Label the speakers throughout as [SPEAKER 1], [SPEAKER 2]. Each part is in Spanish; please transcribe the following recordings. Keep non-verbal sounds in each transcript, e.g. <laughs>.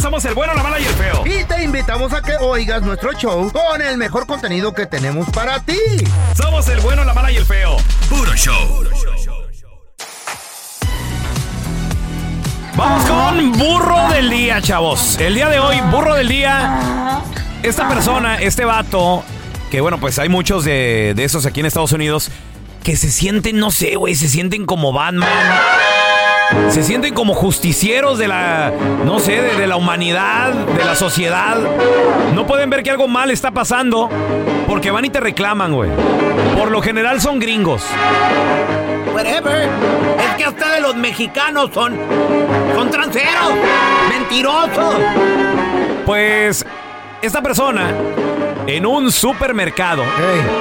[SPEAKER 1] Somos el bueno, la mala y el feo.
[SPEAKER 2] Y te invitamos a que oigas nuestro show con el mejor contenido que tenemos para ti.
[SPEAKER 1] Somos el bueno, la mala y el feo. Puro show.
[SPEAKER 3] Vamos con burro del día, chavos. El día de hoy, burro del día. Esta persona, este vato, que bueno, pues hay muchos de, de esos aquí en Estados Unidos que se sienten, no sé, güey, se sienten como Batman. Se sienten como justicieros de la, no sé, de, de la humanidad, de la sociedad. No pueden ver que algo mal está pasando porque van y te reclaman, güey. Por lo general son gringos.
[SPEAKER 4] Whatever. Es que hasta de los mexicanos son. Son tranceros. Mentirosos.
[SPEAKER 3] Pues esta persona en un supermercado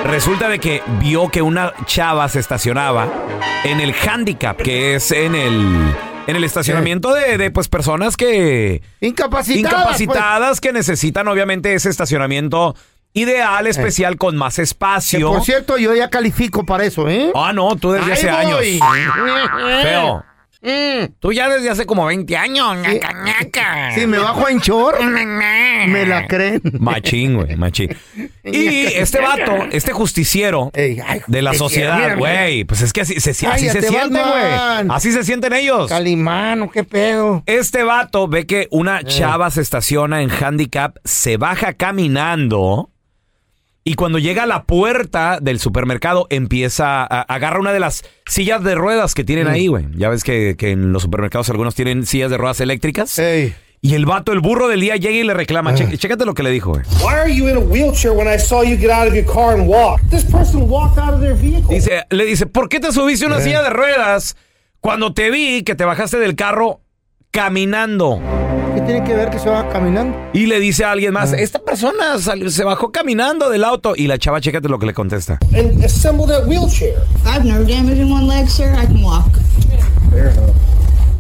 [SPEAKER 3] resulta de que vio que una chava se estacionaba en el handicap, que es en el en el estacionamiento de, de, pues personas que
[SPEAKER 2] Incapacitadas. pues.
[SPEAKER 3] incapacitadas que necesitan obviamente ese estacionamiento ideal especial con más
[SPEAKER 2] pues. Eh. Que,
[SPEAKER 3] espacio.
[SPEAKER 2] por cierto, yo ya califico para eso, ¿eh?
[SPEAKER 3] Ah, no, tú desde
[SPEAKER 2] Ahí
[SPEAKER 3] hace
[SPEAKER 2] voy.
[SPEAKER 3] años. Feo.
[SPEAKER 2] Mm.
[SPEAKER 3] Tú ya desde hace como 20 años, ñaca, ñaca.
[SPEAKER 2] Si me bajo en short, me la creen.
[SPEAKER 3] Machín, güey,
[SPEAKER 2] <laughs>
[SPEAKER 3] machín. Y este vato, este justiciero
[SPEAKER 2] Ey, ay,
[SPEAKER 3] de la
[SPEAKER 2] te
[SPEAKER 3] sociedad,
[SPEAKER 2] quiero,
[SPEAKER 3] güey, pues es que así, se- así se
[SPEAKER 2] Cállate,
[SPEAKER 3] siente, güey.
[SPEAKER 2] Batman.
[SPEAKER 3] Así se sienten ellos.
[SPEAKER 2] Calimano, qué pedo.
[SPEAKER 3] Este vato ve que
[SPEAKER 2] Eh.
[SPEAKER 3] una chava se estaciona en handicap, se baja caminando y cuando llega a la puerta del supermercado empieza a agarra una de las sillas de ruedas que
[SPEAKER 2] Mm.
[SPEAKER 3] tienen ahí, güey. Ya ves que, que en los supermercados algunos tienen sillas de ruedas eléctricas.
[SPEAKER 2] Ey.
[SPEAKER 3] Y el vato, el burro del día, llega y le
[SPEAKER 2] Eh.
[SPEAKER 3] reclama. Che- chécate lo que le dijo, güey.
[SPEAKER 5] Why are you in a wheelchair when I saw you get out of your car and walk? This person walked out of their vehicle.
[SPEAKER 3] Dice, le dice, ¿por qué te subiste a una silla de ruedas cuando te vi que te bajaste del carro caminando?
[SPEAKER 2] ¿Qué tiene que ver que se va caminando?
[SPEAKER 3] Y le dice a alguien
[SPEAKER 2] Ah.
[SPEAKER 3] más, esta persona salió- se bajó caminando del auto. Y la chava, chécate lo que le contesta.
[SPEAKER 5] and assemble that wheelchair.
[SPEAKER 6] I've nerve damage in one leg, sir. I can walk.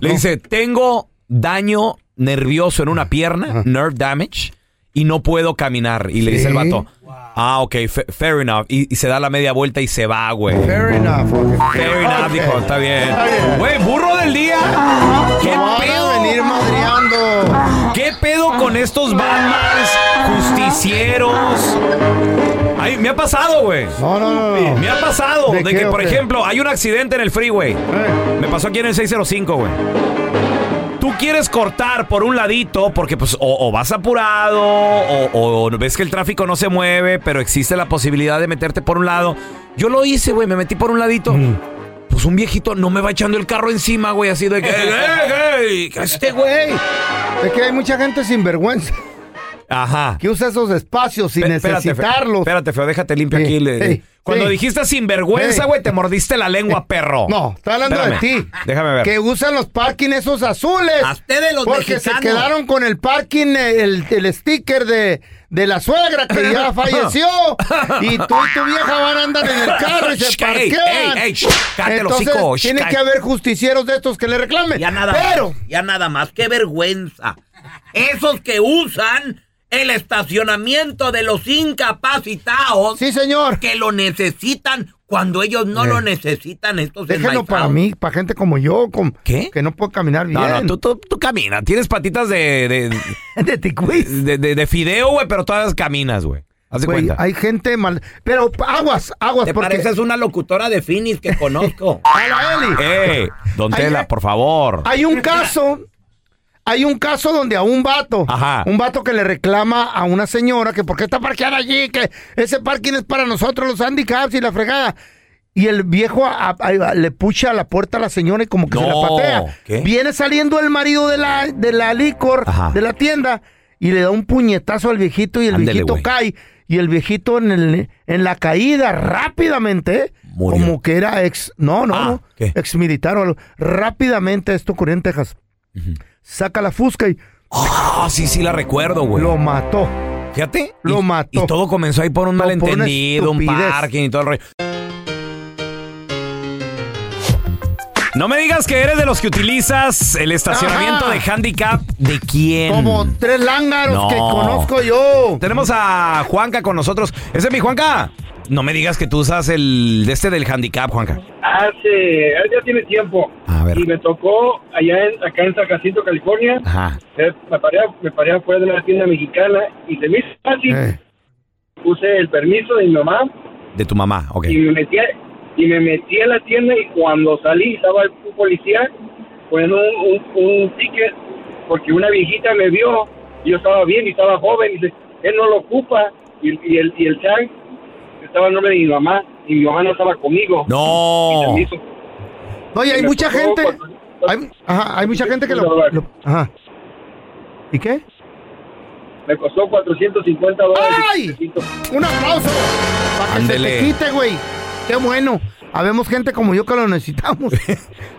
[SPEAKER 3] Le dice, tengo daño nervioso en una pierna, nerve damage, y no puedo caminar. Y le dice el vato, ah, ok, fa- fair enough. Y, y se da la media vuelta y se va, güey.
[SPEAKER 2] Fair enough. ok.
[SPEAKER 3] Fair enough,
[SPEAKER 2] Ok.
[SPEAKER 3] dijo, está bien.
[SPEAKER 2] Está bien.
[SPEAKER 3] Güey, burro del día. ¿Qué
[SPEAKER 2] No van
[SPEAKER 3] pedo?
[SPEAKER 2] a venir madreando.
[SPEAKER 3] ¿Qué pedo con estos Batmans justicieros? Ay, me ha pasado, güey.
[SPEAKER 2] No, no, no. no.
[SPEAKER 3] Me ha pasado de,
[SPEAKER 2] ¿De
[SPEAKER 3] que,
[SPEAKER 2] qué,
[SPEAKER 3] por
[SPEAKER 2] o qué?
[SPEAKER 3] ejemplo, hay un accidente en el freeway.
[SPEAKER 2] Eh,
[SPEAKER 3] Me pasó aquí en el 605, güey. Tú quieres cortar por un ladito porque pues o, o vas apurado o, o ves que el tráfico no se mueve, pero existe la posibilidad de meterte por un lado. Yo lo hice, güey, me metí por un ladito.
[SPEAKER 2] Mm.
[SPEAKER 3] Pues un viejito no me va echando el carro encima, güey, así
[SPEAKER 2] <laughs>
[SPEAKER 3] de que... "Eh, "Ey, ey, ey, este güey".
[SPEAKER 2] Güey, es que hay mucha gente sinvergüenza
[SPEAKER 3] Ajá.
[SPEAKER 2] que usa esos espacios sin
[SPEAKER 3] Pe- espérate, Fe-
[SPEAKER 2] necesitarlos.
[SPEAKER 3] Espérate, feo, déjate limpio
[SPEAKER 2] Sí,
[SPEAKER 3] aquí. le-
[SPEAKER 2] sí,
[SPEAKER 3] Cuando
[SPEAKER 2] sí.
[SPEAKER 3] dijiste sinvergüenza,
[SPEAKER 2] Sí.
[SPEAKER 3] güey, te mordiste la lengua, perro.
[SPEAKER 2] No, está hablando de
[SPEAKER 3] Oh. Espérame,
[SPEAKER 2] ti.
[SPEAKER 3] Déjame ver.
[SPEAKER 2] Que usan los parking esos azules.
[SPEAKER 4] A ustedes los
[SPEAKER 2] porque se
[SPEAKER 4] mexicanos.
[SPEAKER 2] quedaron con el parking, el, el sticker de, de la suegra
[SPEAKER 3] <laughs>
[SPEAKER 2] que ya falleció. Y tú y tu vieja van andan en el carro y
[SPEAKER 3] Shh,
[SPEAKER 2] se
[SPEAKER 3] ey,
[SPEAKER 2] parquean.
[SPEAKER 3] ey, ey, shh, cállate el
[SPEAKER 2] Entonces,
[SPEAKER 3] hocico, shh,
[SPEAKER 2] tiene que
[SPEAKER 3] cállate.
[SPEAKER 2] haber justicieros de estos que le reclamen.
[SPEAKER 4] Ya nada
[SPEAKER 2] Pero,
[SPEAKER 4] más. Ya nada más. ¡Qué vergüenza! Esos que usan el estacionamiento de los incapacitados
[SPEAKER 2] sí, señor.
[SPEAKER 4] que lo necesitan cuando ellos no lo necesitan. Estos
[SPEAKER 2] Déjenlo
[SPEAKER 4] enmaizados.
[SPEAKER 2] para mí, para gente como yo, con-
[SPEAKER 3] ¿Qué?
[SPEAKER 2] que no puedo caminar bien.
[SPEAKER 3] No, no, tú, tú, tú camina. Tienes patitas de,
[SPEAKER 2] <laughs> De
[SPEAKER 3] de,
[SPEAKER 2] ticuis.
[SPEAKER 3] de, de- de fideo, güey, pero todas caminas, güey. Haz de
[SPEAKER 2] Güey,
[SPEAKER 3] cuenta.
[SPEAKER 2] hay gente mal. Pero aguas, aguas,
[SPEAKER 4] Te
[SPEAKER 2] porque.
[SPEAKER 4] pareces una locutora de Finis que conozco.
[SPEAKER 2] A la Eli.
[SPEAKER 3] <laughs> ¡Eh! Don
[SPEAKER 2] Ay,
[SPEAKER 3] Tela,
[SPEAKER 2] ay.
[SPEAKER 3] por favor.
[SPEAKER 2] Hay un caso. Hay un caso donde a un vato,
[SPEAKER 3] Ajá.
[SPEAKER 2] un vato que le reclama a una señora que por qué está parqueada allí, que ese parking es para nosotros, los handicaps y la fregada. Y el viejo a- a- a- le pucha la puerta a la señora y como que se la
[SPEAKER 3] No,
[SPEAKER 2] patea.
[SPEAKER 3] ¿qué?
[SPEAKER 2] Viene saliendo el marido de la, de la licor,
[SPEAKER 3] Ajá.
[SPEAKER 2] de la tienda, y le da un puñetazo al viejito y el
[SPEAKER 3] Ándele,
[SPEAKER 2] viejito
[SPEAKER 3] güey.
[SPEAKER 2] cae. Y el viejito en, el- en la caída rápidamente, ¿eh?
[SPEAKER 3] Murió.
[SPEAKER 2] como que era ex, no, no,
[SPEAKER 3] Ah,
[SPEAKER 2] no,
[SPEAKER 3] ¿qué?
[SPEAKER 2] ex militar o algo. Rápidamente esto ocurrió en Texas. Saca la fusca y
[SPEAKER 3] Ah, sí, sí, la recuerdo, güey.
[SPEAKER 2] lo mató.
[SPEAKER 3] Fíjate.
[SPEAKER 2] lo
[SPEAKER 3] y,
[SPEAKER 2] mató.
[SPEAKER 3] Y todo comenzó ahí por un
[SPEAKER 2] No, por una
[SPEAKER 3] malentendido, un
[SPEAKER 2] estupidez.
[SPEAKER 3] parking y todo el rollo. No me digas que eres de los que utilizas el estacionamiento
[SPEAKER 2] Ajá.
[SPEAKER 3] de handicap. ¿De quién?
[SPEAKER 2] Como tres lángaros
[SPEAKER 3] No.
[SPEAKER 2] que conozco yo.
[SPEAKER 3] Tenemos a Juanca con nosotros. Ese es mi Juanca. No me digas que tú usas el de este del handicap, Juanca.
[SPEAKER 7] Hace, ya tiene tiempo.
[SPEAKER 3] A ver. Ah.
[SPEAKER 7] Y me tocó allá en, acá en San Jacinto, California.
[SPEAKER 3] Ajá.
[SPEAKER 7] Eh, Me paré, me paré afuera de la tienda mexicana y se me hizo fácil.
[SPEAKER 2] Eh,
[SPEAKER 7] Puse el permiso de mi mamá
[SPEAKER 3] De tu mamá, ok.
[SPEAKER 7] y me metí, a- y me metí a la tienda y cuando salí estaba el- un policía con un, un, un ticket porque una viejita me vio y yo estaba bien y estaba joven y dice, él no lo ocupa y, y el, y el tag estaba en nombre de mi mamá y mi mamá no estaba conmigo. Y se
[SPEAKER 3] No.
[SPEAKER 7] me hizo
[SPEAKER 2] Oye, hay
[SPEAKER 7] Me
[SPEAKER 2] mucha
[SPEAKER 7] tocó
[SPEAKER 2] gente.
[SPEAKER 7] cuando-
[SPEAKER 2] Hay, ajá, hay mucha gente que lo. lo- ajá. ¿Y qué?
[SPEAKER 7] Me costó 450 dólares.
[SPEAKER 2] ¡Ay! Un aplauso. Para que se
[SPEAKER 3] Ándele.
[SPEAKER 2] te quite, güey. Qué bueno. Habemos gente como yo que
[SPEAKER 3] <laughs>
[SPEAKER 2] lo necesitamos.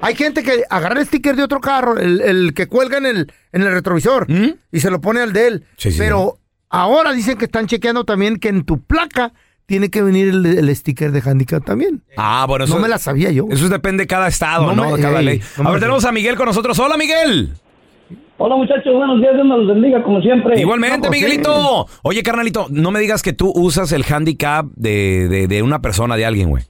[SPEAKER 2] Hay gente que agarra el sticker de otro carro, el, el que cuelga en el, en el retrovisor,
[SPEAKER 3] ¿Mm?
[SPEAKER 2] y se lo pone al de él.
[SPEAKER 3] Sí, sí,
[SPEAKER 2] Pero ahora dicen que están chequeando también que en tu placa tiene que venir el, el sticker de handicap también.
[SPEAKER 3] Ah, bueno, eso,
[SPEAKER 2] no me la sabía yo.
[SPEAKER 3] eso depende de cada estado, ¿no?
[SPEAKER 2] No me-
[SPEAKER 3] De cada
[SPEAKER 2] ey,
[SPEAKER 3] ley.
[SPEAKER 2] no me
[SPEAKER 3] a
[SPEAKER 2] la
[SPEAKER 3] ver,
[SPEAKER 2] sé.
[SPEAKER 3] tenemos a Miguel con nosotros. Hola, Miguel.
[SPEAKER 7] Hola muchachos, buenos días, Dios nos los bendiga como siempre.
[SPEAKER 3] Igualmente,
[SPEAKER 2] no, pues,
[SPEAKER 3] Miguelito. Oye, carnalito, no me digas que tú usas el handicap de, de, de una persona, de alguien, güey.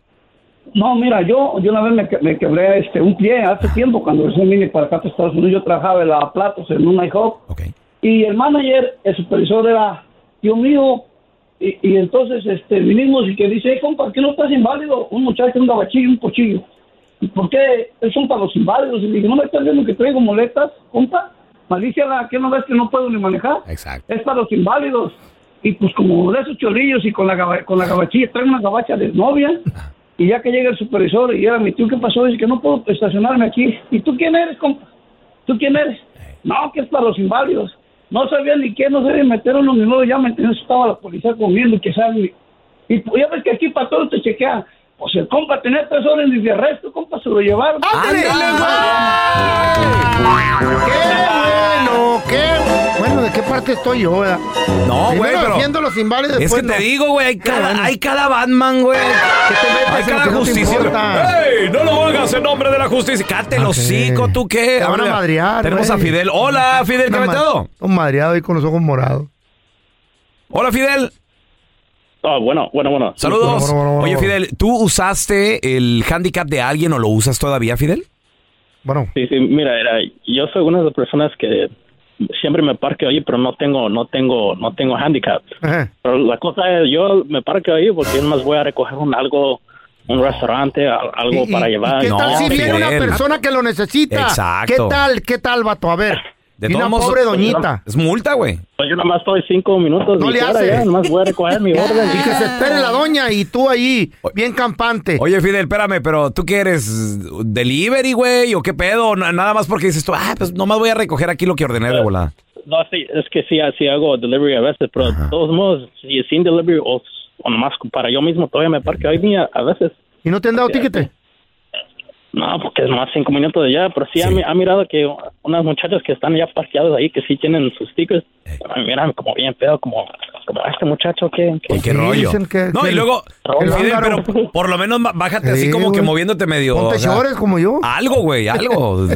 [SPEAKER 7] No, mira, yo, yo una vez me, que- me quebré este, un pie hace tiempo
[SPEAKER 8] Eh,
[SPEAKER 7] cuando recién vine para acá, para Estados Unidos, yo trabajaba en la Platos en un IHOP
[SPEAKER 3] Ok.
[SPEAKER 7] y el manager, el supervisor era tío mío y, y entonces este, vinimos y que dice, "Ey, compa, ¿qué no estás inválido? Un muchacho, un gabachillo, un pochillo. ¿Y por qué son para los inválidos? Y le dije, no me estás viendo que traigo moletas, compa. Malicia, la- ¿qué no ves que no puedo ni manejar?
[SPEAKER 3] Exacto.
[SPEAKER 7] es para los inválidos. Y pues como de esos chorillos y con la, gaba- con la gabachilla, traen una gabacha de novia. Y ya que llega el supervisor y era mi tío, ¿qué pasó? Dice que no puedo estacionarme aquí. ¿Y tú quién eres, compa? ¿Tú quién eres? No, que es para los inválidos. No sabía ni qué, no sabía meter unos minutos, ya me tenía estaba la policía comiendo y que sabe. Y pues, ya ves que aquí para todos te chequea. Pues el compa tenía tres órdenes de arresto, compa, se lo llevaron.
[SPEAKER 2] ¡Ándale, güey! ¡Qué bueno! ¡Qué bueno! ¿De qué parte estoy yo? verdad?
[SPEAKER 3] No, Oh, güey,
[SPEAKER 2] Primero
[SPEAKER 3] pero.
[SPEAKER 2] defiendo los inválidos,
[SPEAKER 3] Es que
[SPEAKER 2] después
[SPEAKER 3] te
[SPEAKER 2] no. Ah,
[SPEAKER 3] digo, güey, hay cada, hay cada Batman, güey.
[SPEAKER 2] ¿Qué te metes
[SPEAKER 3] Hay
[SPEAKER 2] en lo
[SPEAKER 3] cada
[SPEAKER 2] que no te
[SPEAKER 3] justiciero.
[SPEAKER 2] importa?
[SPEAKER 3] ¡Ey! No lo hagas en nombre de la justicia. Cállate el
[SPEAKER 2] Ah,
[SPEAKER 3] hocico,
[SPEAKER 2] sí.
[SPEAKER 3] ¿tú qué?
[SPEAKER 2] Te van a
[SPEAKER 3] ver,
[SPEAKER 2] madrear,
[SPEAKER 3] Tenemos
[SPEAKER 2] güey.
[SPEAKER 3] a Fidel. Hola, Fidel, ¿qué
[SPEAKER 2] Una ma-
[SPEAKER 3] metido?
[SPEAKER 2] Un madreado ahí con los ojos morados.
[SPEAKER 3] Hola, Fidel.
[SPEAKER 9] Ah, bueno, bueno, bueno.
[SPEAKER 3] Saludos.
[SPEAKER 2] bueno, bueno, bueno,
[SPEAKER 3] Oye,
[SPEAKER 2] bueno.
[SPEAKER 3] Fidel, ¿tú usaste el handicap de alguien o lo usas todavía, Fidel?
[SPEAKER 2] Bueno,
[SPEAKER 9] Sí, sí, mira, era- yo soy una de las personas que siempre me parqueo ahí, pero no tengo, no tengo, no tengo handicap.
[SPEAKER 2] ajá.
[SPEAKER 9] Pero la cosa es, yo me parqueo ahí porque yo más voy a recoger un algo, un restaurante, al- algo
[SPEAKER 2] ¿Y-
[SPEAKER 9] para
[SPEAKER 2] y-
[SPEAKER 9] llevar.
[SPEAKER 2] ¿y ¿Qué
[SPEAKER 3] No,
[SPEAKER 2] tal si viene una
[SPEAKER 3] Fidel.
[SPEAKER 2] persona que lo necesita?
[SPEAKER 3] Exacto.
[SPEAKER 2] ¿Qué tal? ¿Qué tal, vato? A ver.
[SPEAKER 3] De
[SPEAKER 2] y
[SPEAKER 3] todos
[SPEAKER 2] una
[SPEAKER 3] modos-
[SPEAKER 2] pobre doñita.
[SPEAKER 3] Es multa, güey.
[SPEAKER 9] Pues yo nada más estoy cinco minutos
[SPEAKER 2] No
[SPEAKER 9] y
[SPEAKER 2] le
[SPEAKER 9] fuera
[SPEAKER 2] haces.
[SPEAKER 9] ya, nomás voy a recoger
[SPEAKER 2] <laughs>
[SPEAKER 9] mi orden.
[SPEAKER 2] Y que se espere la doña y tú ahí,
[SPEAKER 3] Oye.
[SPEAKER 2] bien campante.
[SPEAKER 3] Oye, Fidel, espérame, pero ¿tú qué eres? ¿Delivery, güey? ¿O qué pedo? Na- Nada más porque dices tú, ah, pues nomás voy a recoger aquí lo que ordené
[SPEAKER 2] Pues,
[SPEAKER 3] de volada.
[SPEAKER 9] No, sí, es que sí, así hago delivery a veces, pero de todos modos, si sin delivery o, o nomás para yo mismo, todavía me parqueo ahí mira, a veces.
[SPEAKER 2] ¿Y no te han dado tiquete?
[SPEAKER 9] No, porque es más cinco minutos de allá, pero sí, Ha,
[SPEAKER 3] Sí.
[SPEAKER 9] mi- ha mirado que unas muchachas que están ya parqueadas ahí, que sí tienen sus tickets,
[SPEAKER 3] Ey.
[SPEAKER 9] miran como bien pedo, como como, "Ah, este muchacho, ¿qué?
[SPEAKER 2] pues
[SPEAKER 9] qué
[SPEAKER 3] ¿Y qué rollo? no, y luego, Fidel, pero <laughs> por lo menos ma- bájate así
[SPEAKER 2] Sí,
[SPEAKER 3] como que
[SPEAKER 2] güey.
[SPEAKER 3] moviéndote medio.
[SPEAKER 2] Ponte
[SPEAKER 3] o sea, Ah.
[SPEAKER 2] shorts como yo.
[SPEAKER 3] Algo, güey,
[SPEAKER 2] <laughs>
[SPEAKER 3] algo.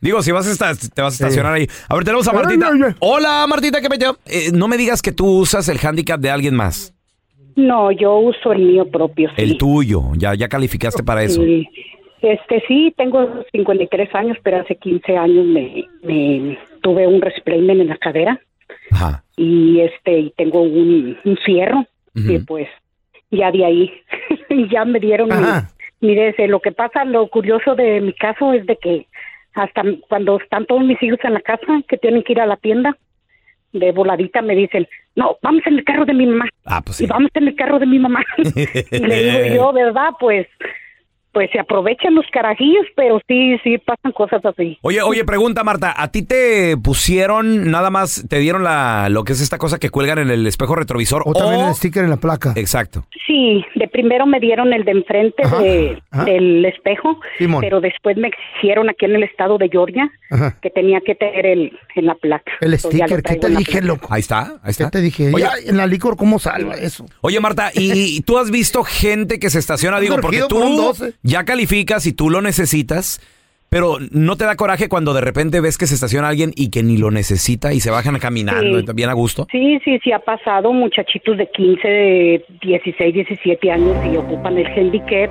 [SPEAKER 3] Digo, si vas a esta- te vas a estacionar ahí. A ver, tenemos a
[SPEAKER 2] Ay,
[SPEAKER 3] Martita.
[SPEAKER 2] ay, ay.
[SPEAKER 3] Hola, Martita, ¿qué peteo? Eh, no me digas que tú usas el handicap de alguien más.
[SPEAKER 8] No, yo uso el mío propio. sí.
[SPEAKER 3] El tuyo. Ya, ya calificaste para eso.
[SPEAKER 8] Sí. Este sí, tengo 53 años, pero hace 15 años me, me- tuve un resplendent en la cadera
[SPEAKER 3] Ajá.
[SPEAKER 8] y este y tengo un, un fierro
[SPEAKER 3] Ujú.
[SPEAKER 8] y pues ya de ahí ya me dieron mi,
[SPEAKER 3] Mm.
[SPEAKER 2] Ajá.
[SPEAKER 8] mi de ese. lo que pasa, lo curioso de mi caso es de que hasta cuando están todos mis hijos en la casa que tienen que ir a la tienda de voladita me dicen, "No, vamos en el carro de mi mamá."
[SPEAKER 3] Ah, pues sí.
[SPEAKER 8] y
[SPEAKER 3] <laughs>
[SPEAKER 8] vamos en el carro de mi mamá. <laughs> y le
[SPEAKER 2] Eh.
[SPEAKER 8] digo yo, ¿verdad? Pues, pues se aprovechan los carajillos, pero sí, sí pasan cosas así.
[SPEAKER 3] Oye, oye, pregunta, Marta. ¿A ti te pusieron nada más, te dieron la lo que es esta cosa que cuelgan en el espejo retrovisor?
[SPEAKER 2] O también el sticker en la placa.
[SPEAKER 3] Exacto.
[SPEAKER 8] Sí, de primero me dieron el de enfrente de-
[SPEAKER 2] ajá.
[SPEAKER 8] del espejo,
[SPEAKER 2] Simón.
[SPEAKER 8] pero después me exigieron aquí en el estado de Georgia
[SPEAKER 2] Ajá.
[SPEAKER 8] que tenía que tener el en la placa.
[SPEAKER 2] El
[SPEAKER 8] Entonces, ya lo
[SPEAKER 2] sticker, ¿qué
[SPEAKER 8] traigo
[SPEAKER 2] te
[SPEAKER 8] en la
[SPEAKER 2] dije,
[SPEAKER 8] placa.
[SPEAKER 2] loco?
[SPEAKER 3] Ahí está, ahí
[SPEAKER 2] ¿Qué
[SPEAKER 3] está.
[SPEAKER 2] te dije?
[SPEAKER 3] ¿Ah? Oye,
[SPEAKER 2] Ya, en la licor, ¿cómo salva eso?
[SPEAKER 3] Oye, Marta, ¿y tú has visto gente que se estaciona? Digo, porque
[SPEAKER 2] Surgido por un eh.
[SPEAKER 3] tú
[SPEAKER 2] 12.
[SPEAKER 3] ya calificas y tú lo necesitas, pero ¿no te da coraje cuando de repente ves que se estaciona alguien y que ni lo necesita y se bajan caminando
[SPEAKER 8] Sí.
[SPEAKER 3] bien a gusto?
[SPEAKER 8] Sí, sí, sí ha pasado muchachitos de 15, de 16, 17 años y ocupan el handicap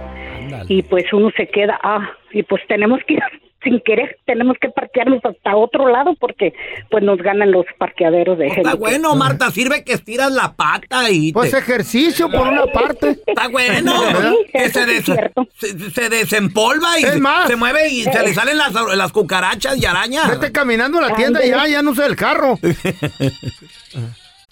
[SPEAKER 8] y pues uno se queda, ah, y pues tenemos que ir <laughs> sin querer, tenemos que parquearnos hasta otro lado porque pues nos ganan los parqueaderos de
[SPEAKER 4] Está
[SPEAKER 8] handicap.
[SPEAKER 4] bueno, Marta, sirve que estiras la pata y
[SPEAKER 2] Pues
[SPEAKER 4] te-
[SPEAKER 2] ejercicio por una parte.
[SPEAKER 4] está bueno.
[SPEAKER 2] ¿verdad?
[SPEAKER 4] que
[SPEAKER 8] Eso
[SPEAKER 4] se,
[SPEAKER 8] sí es
[SPEAKER 4] des-
[SPEAKER 8] cierto. Eh.
[SPEAKER 4] se, se desempolva y
[SPEAKER 2] Es más.
[SPEAKER 4] se mueve y se le salen las, las cucarachas y arañas.
[SPEAKER 2] Vete caminando a la tienda y ya, ya no usa el carro.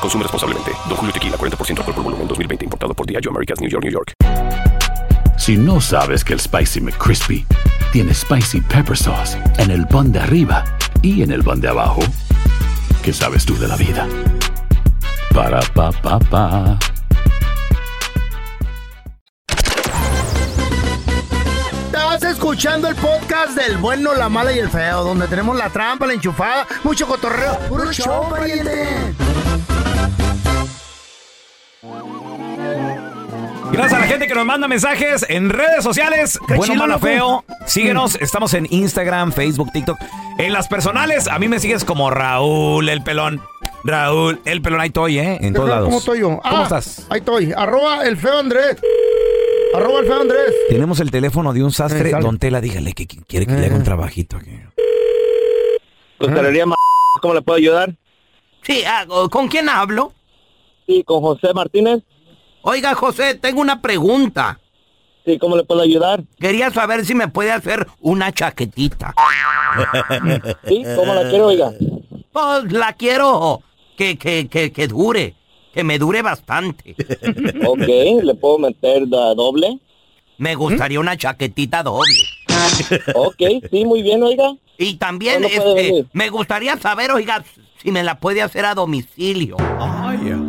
[SPEAKER 10] Consume responsablemente. Don Julio Tequila, 40% alcohol por volumen, 2020. Importado por Diageo Americas, New York, New York.
[SPEAKER 11] Si no sabes que el Spicy McCrispy tiene spicy pepper sauce en el pan de arriba y en el pan de abajo, ¿qué sabes tú de la vida? Para pa pa pa.
[SPEAKER 2] Estás escuchando el podcast del bueno, la mala y el feo, donde tenemos la trampa, la enchufada, mucho cotorreo. ¡Puro show, pariente!
[SPEAKER 3] Gracias a la gente que nos manda mensajes en redes sociales.
[SPEAKER 2] Qué
[SPEAKER 3] bueno,
[SPEAKER 2] chido,
[SPEAKER 3] malo,
[SPEAKER 2] loco.
[SPEAKER 3] feo. Síguenos. Estamos en Instagram, Facebook, TikTok. En las personales, a mí me sigues como Raúl el Pelón. Raúl el Pelón, ahí estoy, ¿eh? En todos lados.
[SPEAKER 2] ¿Cómo estoy yo?
[SPEAKER 3] ¿Cómo
[SPEAKER 2] Ah,
[SPEAKER 3] estás?
[SPEAKER 2] Ahí estoy. Arroba el feo Andrés. Arroba el feo Andrés.
[SPEAKER 3] Tenemos el teléfono de un sastre.
[SPEAKER 2] Eh, sale.
[SPEAKER 3] Don Tela, dígale que que quiere que le haga un trabajito. aquí.
[SPEAKER 9] Costelería, ma- ¿cómo le puedo ayudar?
[SPEAKER 4] Sí, ah, ¿con quién hablo?
[SPEAKER 9] Sí, con José Martínez.
[SPEAKER 4] Oiga, José, tengo una pregunta.
[SPEAKER 9] Sí, ¿cómo le puedo ayudar?
[SPEAKER 4] Quería saber si me puede hacer una chaquetita.
[SPEAKER 9] Sí, ¿cómo la quiero, oiga?
[SPEAKER 4] Pues la quiero que, que, que, que dure, que me dure bastante.
[SPEAKER 9] Ok, ¿le puedo meter la doble?
[SPEAKER 4] Me gustaría una chaquetita doble.
[SPEAKER 9] Ok, sí, muy bien, oiga.
[SPEAKER 4] Y también
[SPEAKER 9] ¿Cuándo puede
[SPEAKER 4] este,
[SPEAKER 9] venir?
[SPEAKER 4] me gustaría saber, oiga, si me la puede hacer a domicilio.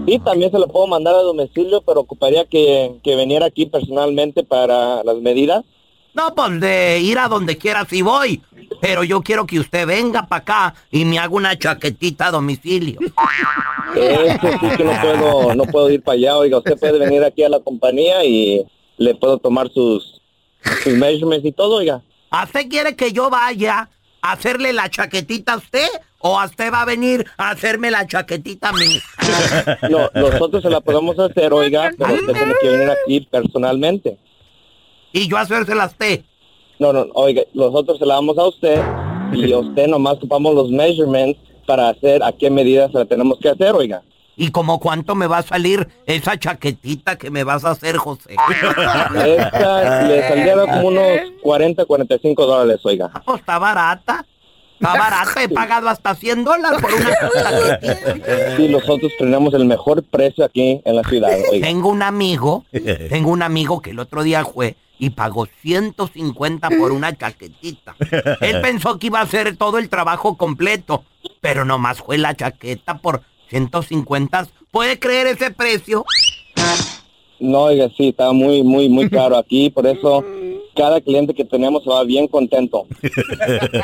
[SPEAKER 9] Sí, también se lo puedo mandar a domicilio, pero ocuparía que, que viniera aquí personalmente para las medidas.
[SPEAKER 4] No, pues de ir a donde quiera si voy. Pero yo quiero que usted venga para acá y me haga una chaquetita a domicilio.
[SPEAKER 9] Eso sí que no puedo, no puedo ir para allá, oiga, usted puede venir aquí a la compañía y le puedo tomar sus, sus measurements y todo, oiga.
[SPEAKER 4] ¿A usted quiere que yo vaya a hacerle la chaquetita a usted o a usted va a venir a hacerme la chaquetita a mí?
[SPEAKER 12] No, nosotros se la podemos hacer, oiga, pero usted tiene que venir aquí personalmente.
[SPEAKER 4] ¿Y yo hacérsela a usted?
[SPEAKER 12] No, no, oiga, nosotros se la damos a usted y a usted nomás tomamos los measurements para hacer a qué medidas la tenemos que hacer, oiga.
[SPEAKER 4] ¿Y como cuánto me va a salir esa chaquetita que me vas a hacer, José?
[SPEAKER 12] Esta le saldría como unos 40, 45 dólares, oiga.
[SPEAKER 4] Pues está barata. Está barata, he pagado hasta 100 dólares por una chaquetita.
[SPEAKER 12] Y nosotros tenemos el mejor precio aquí en la ciudad, oiga.
[SPEAKER 4] Tengo un amigo, tengo un amigo que el otro día fue y pagó 150 por una chaquetita. Él pensó que iba a hacer todo el trabajo completo, pero nomás fue la chaqueta por 150. ¿Puede creer ese precio?
[SPEAKER 12] No, oiga, sí, está muy, muy, muy caro aquí, por eso cada cliente que tenemos va bien contento.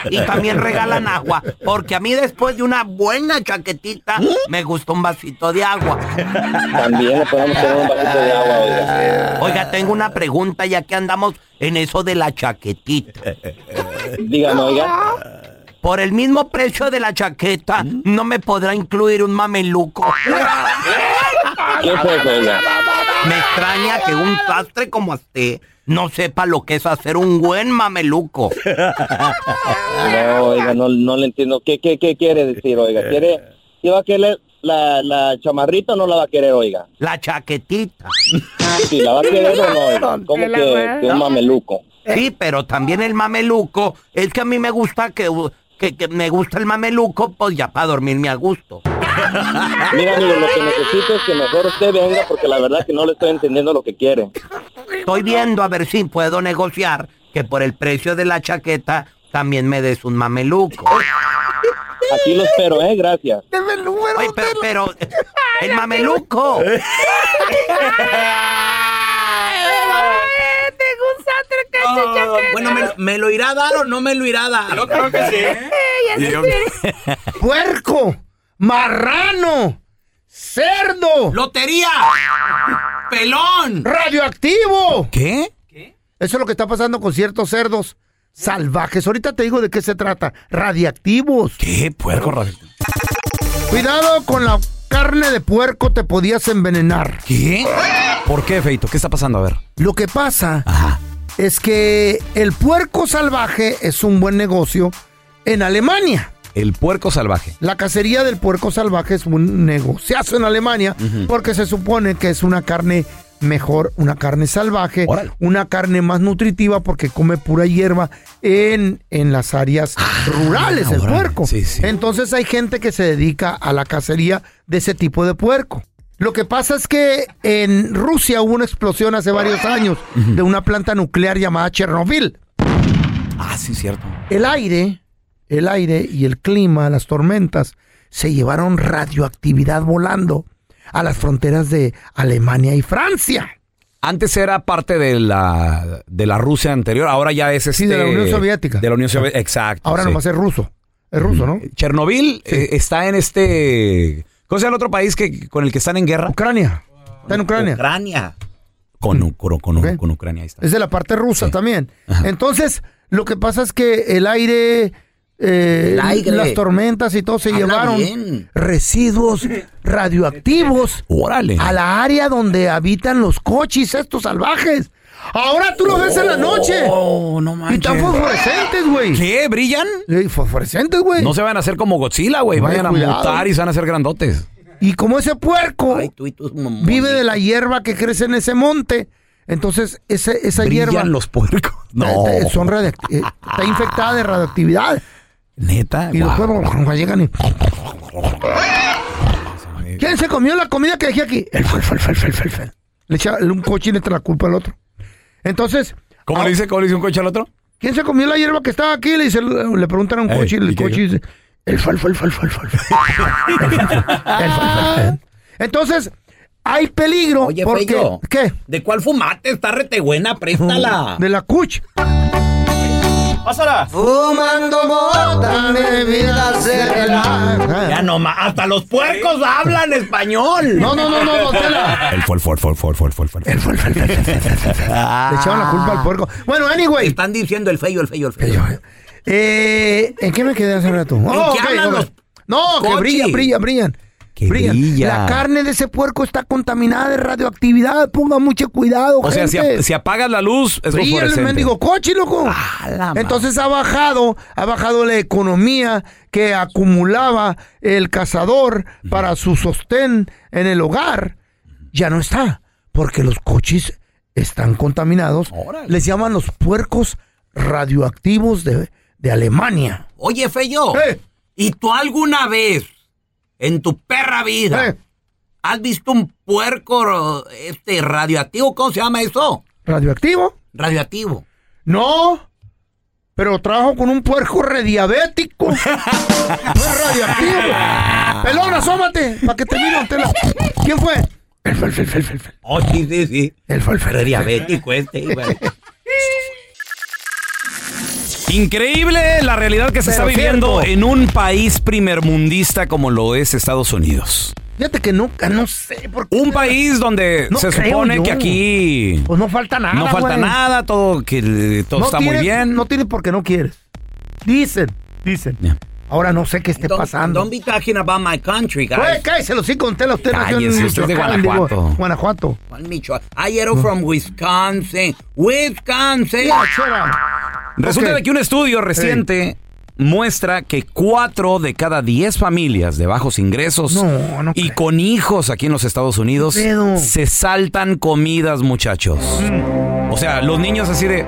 [SPEAKER 4] Y también regalan agua, porque a mí después de una buena chaquetita me gustó un vasito de agua.
[SPEAKER 12] También le podemos tener un vasito de agua, oiga.
[SPEAKER 4] Oiga, tengo una pregunta ya que andamos en eso de la chaquetita.
[SPEAKER 12] Dígame, oiga.
[SPEAKER 4] Por el mismo precio de la chaqueta, no me podrá incluir un mameluco.
[SPEAKER 12] ¿Qué es eso, oiga?
[SPEAKER 4] Me extraña que un sastre como usted no sepa lo que es hacer un buen mameluco.
[SPEAKER 12] No, oiga, no, no le entiendo. ¿Qué, qué, qué quiere decir, oiga? ¿Quiere, si va a querer la, la chamarrita o no la va a querer, oiga?
[SPEAKER 4] La chaquetita.
[SPEAKER 12] Si la va a querer o no, oiga. ¿Cómo que, que un mameluco?
[SPEAKER 4] Sí, pero también el mameluco. Es que a mí me gusta que, que, que me gusta el mameluco, pues ya para dormirme a gusto.
[SPEAKER 12] Ah, Mira, amigo, lo que necesito es que mejor usted venga porque la verdad que no le estoy entendiendo lo que quiere.
[SPEAKER 4] Estoy viendo a ver si puedo negociar que por el precio de la chaqueta también me des un mameluco.
[SPEAKER 12] Aquí lo espero, ¿eh? Gracias.
[SPEAKER 2] Deme el número.
[SPEAKER 4] Oye, pero, pero,
[SPEAKER 3] <laughs>
[SPEAKER 4] eh, el mameluco.
[SPEAKER 13] Bueno,
[SPEAKER 4] Oh, Bueno, ¿me, me lo irá a dar o no me lo irá a dar?
[SPEAKER 14] creo que sí.
[SPEAKER 2] ¡Puerco! ¡Marrano! ¡Cerdo!
[SPEAKER 4] ¡Lotería! ¡Pelón!
[SPEAKER 2] ¡Radioactivo!
[SPEAKER 3] ¿Qué?
[SPEAKER 2] Eso es lo que está pasando con ciertos cerdos salvajes. Ahorita te digo de qué se trata. Radiactivos.
[SPEAKER 3] ¿Qué puerco radio?
[SPEAKER 2] Cuidado con la carne de puerco, te podías envenenar.
[SPEAKER 3] ¿Qué? ¿Por qué, Feito? ¿Qué está pasando? A ver.
[SPEAKER 2] Lo que pasa es que el puerco salvaje es un buen negocio en Alemania.
[SPEAKER 3] El puerco salvaje.
[SPEAKER 2] La cacería del puerco salvaje es un negociazo en Alemania porque se supone que es una carne mejor, una carne salvaje, una carne más nutritiva porque come pura hierba en, en las áreas rurales, el
[SPEAKER 3] órale.
[SPEAKER 2] puerco.
[SPEAKER 3] Sí, sí.
[SPEAKER 2] Entonces Pues hay gente que se dedica a la cacería de ese tipo de puerco. Lo que pasa es que en Rusia hubo una explosión hace varios años de una planta nuclear llamada Chernobyl
[SPEAKER 3] Ah, sí, cierto.
[SPEAKER 2] el aire, el aire y el clima, las tormentas, se llevaron radioactividad volando a las fronteras de Alemania y Francia.
[SPEAKER 3] Antes era parte de la, de la Rusia anterior, ahora ya es este...
[SPEAKER 2] Sí, de la Unión Soviética. Ah.
[SPEAKER 3] De la Unión Soviética, exacto.
[SPEAKER 2] Ahora
[SPEAKER 3] sí.
[SPEAKER 2] nomás es ruso. Es ruso, ¿no?
[SPEAKER 3] Chernobyl eh, está en este... ¿Cómo se llama el otro país que, con el que están en guerra?
[SPEAKER 2] Ucrania. Está en Ucrania.
[SPEAKER 4] Ucrania.
[SPEAKER 3] Con, U- con, con- con Ucrania, ahí está.
[SPEAKER 2] Es de la parte rusa también. Entonces, lo que pasa es que el aire, eh,
[SPEAKER 4] El aire.
[SPEAKER 2] las tormentas y todo se
[SPEAKER 4] Habla
[SPEAKER 2] llevaron
[SPEAKER 4] bien.
[SPEAKER 2] residuos radioactivos
[SPEAKER 3] Órale.
[SPEAKER 2] a la área donde habitan los coches estos salvajes. Ahora tú los ves en la noche.
[SPEAKER 3] Oh, no
[SPEAKER 2] Y
[SPEAKER 3] manches.
[SPEAKER 2] están fosforescentes, güey.
[SPEAKER 3] ¿Qué? ¿Brillan?
[SPEAKER 2] Sí, fosforescentes, güey.
[SPEAKER 3] No se van a hacer como Godzilla, güey.
[SPEAKER 2] Ay,
[SPEAKER 3] Vayan a
[SPEAKER 2] cuidado.
[SPEAKER 3] mutar y se van a hacer grandotes.
[SPEAKER 2] Y como ese puerco
[SPEAKER 4] Ay, tú y tus mamones.
[SPEAKER 2] vive de la hierba que crece en ese monte, entonces ese- esa
[SPEAKER 3] Brillan
[SPEAKER 2] hierba
[SPEAKER 3] los puercos. No.
[SPEAKER 2] eh, eh, son radioact- eh, está infectada de radioactividad.
[SPEAKER 3] Neta.
[SPEAKER 2] Y los
[SPEAKER 3] guau.
[SPEAKER 2] puercos llegan
[SPEAKER 4] <laughs>
[SPEAKER 2] y... ¿Quién se comió la comida que dejé aquí? El fel, fel, fel, fel, fel, fel. Le echa un coche y le echa la culpa al otro. Entonces,
[SPEAKER 3] ¿Cómo le dice, cómo le dice un coche al otro?
[SPEAKER 2] ¿quién se comió la hierba que estaba aquí? Le, dice, le preguntan a un
[SPEAKER 4] Eh,
[SPEAKER 3] Ey,
[SPEAKER 2] coche y el
[SPEAKER 3] ¿y qué
[SPEAKER 2] coche
[SPEAKER 3] dijo?
[SPEAKER 2] dice, el fel, fel, fel, fel, <laughs> fel, fel. El fel, fel, fel. Entonces, hay peligro
[SPEAKER 4] Ah. Oye,
[SPEAKER 2] porque...
[SPEAKER 4] Feyo.
[SPEAKER 2] Oh, ¿Qué?
[SPEAKER 4] ¿De cuál fumate? Está rete buena, préstala.
[SPEAKER 2] <laughs> De la cuch.
[SPEAKER 14] Pásala.
[SPEAKER 2] Fumando mota, mi vida se
[SPEAKER 4] Ya
[SPEAKER 2] relaja.
[SPEAKER 4] nomás, hasta los puercos hablan español.
[SPEAKER 2] <laughs> No, no, no, no, no,
[SPEAKER 3] El fol, fol, fol, fol, fol, fol, fol.
[SPEAKER 2] <laughs>
[SPEAKER 4] Ah.
[SPEAKER 2] Le echaban la culpa al puerco. Bueno, anyway.
[SPEAKER 4] Están diciendo el feyo, el feyo, el feyo.
[SPEAKER 2] Eh, ¿En qué me quedé hace rato? Oh,
[SPEAKER 4] ¿En qué
[SPEAKER 2] ok,
[SPEAKER 4] hablan
[SPEAKER 2] ok.
[SPEAKER 4] los
[SPEAKER 2] No, que
[SPEAKER 4] coches?
[SPEAKER 2] brillan, brillan, brillan.
[SPEAKER 3] Que
[SPEAKER 2] brillan.
[SPEAKER 3] brilla.
[SPEAKER 2] La carne de ese puerco está contaminada de radioactividad. Pongan mucho cuidado,
[SPEAKER 3] O sea, si,
[SPEAKER 2] gente.
[SPEAKER 3] ap- si apagas la luz, es
[SPEAKER 2] Brilla el
[SPEAKER 3] fosforescente.
[SPEAKER 2] mendigo coche, loco.
[SPEAKER 3] Ah, madre.
[SPEAKER 2] Entonces ha bajado, ha bajado la economía que acumulaba el cazador para su sostén en el hogar. Ya no está, porque los coches están contaminados. Les llaman los puercos radioactivos de, de Alemania.
[SPEAKER 4] Oye, Feyo, ¿y tú alguna vez en tu perra vida
[SPEAKER 2] Eh,
[SPEAKER 4] has visto un puerco este radioactivo? ¿Cómo se llama eso?
[SPEAKER 2] ¿Radioactivo?
[SPEAKER 4] Radioactivo.
[SPEAKER 2] No, pero trabajo con un puerco rediabético. no es radioactivo. Pelón, asómate, para que te mire usted la- ¿Quién fue? El fel, fel, fel, fel, fel.
[SPEAKER 4] Oh, sí, sí, sí.
[SPEAKER 2] El falfel.
[SPEAKER 4] Diabético este,
[SPEAKER 2] <laughs>
[SPEAKER 4] güey.
[SPEAKER 3] Increíble la realidad que se
[SPEAKER 2] Pero
[SPEAKER 3] está viviendo
[SPEAKER 2] cierto.
[SPEAKER 3] en un país primermundista como lo es Estados Unidos.
[SPEAKER 2] Fíjate que nunca, no sé. Por qué
[SPEAKER 3] Un país donde
[SPEAKER 2] No
[SPEAKER 3] se
[SPEAKER 2] creo
[SPEAKER 3] supone
[SPEAKER 2] yo.
[SPEAKER 3] que aquí
[SPEAKER 2] Pues no falta nada.
[SPEAKER 3] no falta
[SPEAKER 2] güey.
[SPEAKER 3] nada, todo que todo
[SPEAKER 2] No
[SPEAKER 3] está
[SPEAKER 2] tienes-
[SPEAKER 3] muy bien.
[SPEAKER 2] No tienes porque no quieres. Dicen, dicen. Ahora no sé qué esté
[SPEAKER 4] Don't-
[SPEAKER 2] pasando.
[SPEAKER 4] Don't be talking about my country,
[SPEAKER 2] Güey,
[SPEAKER 4] guys.
[SPEAKER 2] cállese los cinco, usted usted nació en
[SPEAKER 4] Cállese, usted es de
[SPEAKER 2] Michoacán, digo,
[SPEAKER 4] Guanajuato.
[SPEAKER 2] Guanajuato.
[SPEAKER 4] Juan Micho- I am from Wisconsin. Wisconsin.
[SPEAKER 2] Mm. Yeah, shut up.
[SPEAKER 3] Resulta
[SPEAKER 2] Ok.
[SPEAKER 3] de que un estudio reciente muestra que cuatro de cada diez familias de bajos ingresos y con hijos aquí en los Estados Unidos
[SPEAKER 2] ¿Qué pedo?
[SPEAKER 3] se saltan comidas, muchachos.
[SPEAKER 2] Mm.
[SPEAKER 3] O sea, los niños así de,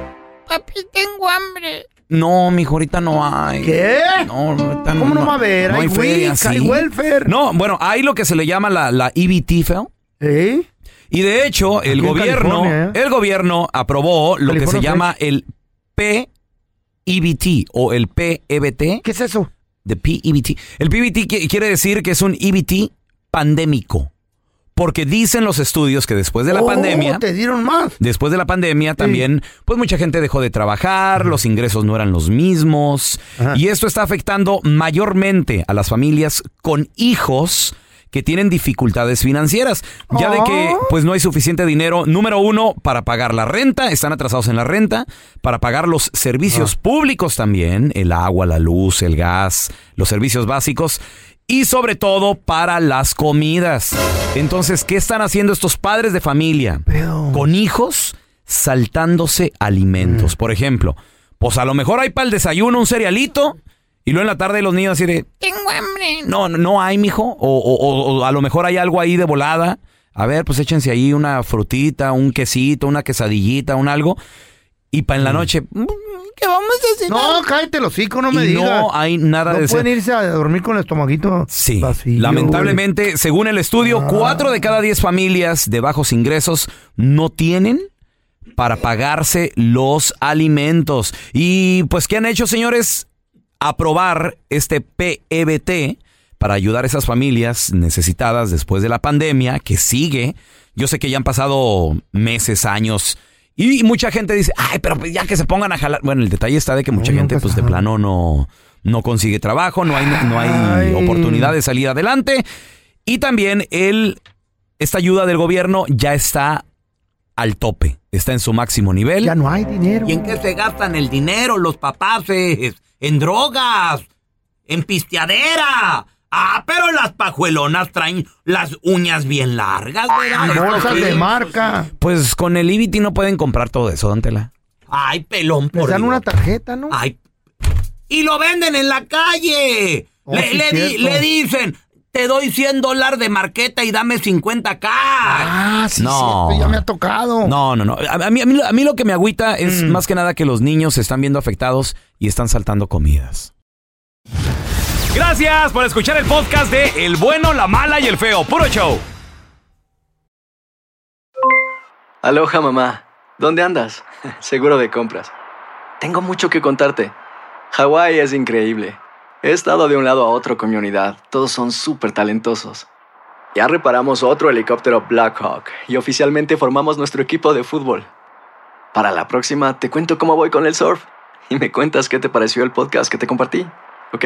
[SPEAKER 14] Papi, tengo hambre.
[SPEAKER 3] no, mijo, ahorita no hay.
[SPEAKER 2] ¿Qué?
[SPEAKER 3] No, ahorita
[SPEAKER 2] ¿Cómo Ah, no va a haber?
[SPEAKER 3] no
[SPEAKER 2] Hay
[SPEAKER 3] feria,
[SPEAKER 2] Wix, hay
[SPEAKER 3] sí.
[SPEAKER 2] welfare.
[SPEAKER 3] No, bueno, hay lo que se le llama la, la E EBT, feo. Y de hecho, el
[SPEAKER 2] en
[SPEAKER 3] gobierno,
[SPEAKER 2] California, ¿eh?
[SPEAKER 3] el gobierno aprobó lo que se
[SPEAKER 2] California,
[SPEAKER 3] llama el PEBT o el E PEBT.
[SPEAKER 2] ¿Qué es eso?
[SPEAKER 3] The PEBT. E El PEBT qui- quiere decir que es un EBT pandémico. Porque dicen los estudios que después de la
[SPEAKER 2] Oh,
[SPEAKER 3] pandemia,
[SPEAKER 2] Te dieron más.
[SPEAKER 3] después de la pandemia también, pues mucha gente dejó de trabajar, los ingresos no eran los mismos. Y esto está afectando mayormente a las familias con hijos que tienen dificultades financieras,
[SPEAKER 2] Oh,
[SPEAKER 3] ya de que pues no hay suficiente dinero, número uno, para pagar la renta, están atrasados en la renta, para pagar los servicios públicos también, el agua, la luz, el gas, los servicios básicos, y sobre todo para las comidas. Entonces, ¿qué están haciendo estos padres de familia con hijos saltándose alimentos? Por ejemplo, pues a lo mejor hay para el desayuno un cerealito y luego en la tarde los niños así de,
[SPEAKER 14] Tengo hambre.
[SPEAKER 3] no, no- no hay, mijo, o, o- o- o a lo mejor hay algo ahí de volada. A ver, pues échense ahí una frutita, un quesito, una quesadillita, un algo. Y para en
[SPEAKER 2] Mm.
[SPEAKER 3] la noche, ¿Qué
[SPEAKER 14] vamos a cenar?
[SPEAKER 2] No, cállate los hocico, no me
[SPEAKER 3] Y no
[SPEAKER 2] digas.
[SPEAKER 3] hay nada
[SPEAKER 2] No
[SPEAKER 3] de
[SPEAKER 2] pueden irse a dormir con el estomaguito
[SPEAKER 3] Sí,
[SPEAKER 2] vacío, Ah.
[SPEAKER 3] Lamentablemente, según el estudio, cuatro de cada diez familias de bajos ingresos no tienen para pagarse los alimentos. Y pues, ¿qué han hecho, señores? Aprobar este PEBT para ayudar a esas familias necesitadas después de la pandemia que sigue. Yo sé que ya han pasado meses, años. Y mucha gente dice, ay, pero pues ya que se pongan a jalar. Bueno, el detalle está de que mucha gente, pues de plano no, no consigue trabajo, no hay, no hay oportunidad de salir adelante. Y también el, esta ayuda del gobierno ya está al tope, está en su máximo nivel.
[SPEAKER 2] Ya no hay dinero.
[SPEAKER 4] ¿Y en qué se gastan el dinero los
[SPEAKER 3] eh?
[SPEAKER 4] papaces? En drogas, en pisteadera. Ah, pero las pajuelonas traen las uñas bien largas, ¿verdad?
[SPEAKER 2] güey. Bolsas
[SPEAKER 4] Eso sí.
[SPEAKER 2] de marca.
[SPEAKER 3] Pues con el IBT no pueden comprar todo eso, don Tela.
[SPEAKER 4] Ay, pelón,
[SPEAKER 2] Les
[SPEAKER 4] por
[SPEAKER 2] dan
[SPEAKER 4] Dios.
[SPEAKER 2] una tarjeta, ¿no?
[SPEAKER 4] Ay. Y lo venden en la calle.
[SPEAKER 2] Oh,
[SPEAKER 4] le,
[SPEAKER 2] sí,
[SPEAKER 4] le di-
[SPEAKER 2] cierto.
[SPEAKER 4] le dicen, te doy 100 dólares de marqueta y dame 50 k
[SPEAKER 2] Ah, sí,
[SPEAKER 3] No.
[SPEAKER 2] cierto, ya me ha tocado.
[SPEAKER 3] No, no, no. A, a mí, a, mí, a mí lo que me agüita es
[SPEAKER 2] Mm.
[SPEAKER 3] más que nada que los niños se están viendo afectados y están saltando comidas. Gracias por escuchar el podcast de El bueno, la mala y el feo. Puro show.
[SPEAKER 15] Aloha mamá, ¿dónde andas? Seguro de compras. Tengo mucho que contarte. Hawái es increíble. He estado de un lado a otro con mi unidad. Todos son súper talentosos. Ya reparamos otro helicóptero Blackhawk y oficialmente formamos nuestro equipo de fútbol. Para la próxima te cuento cómo voy con el surf y me cuentas qué te pareció el podcast que te compartí, ¿ok?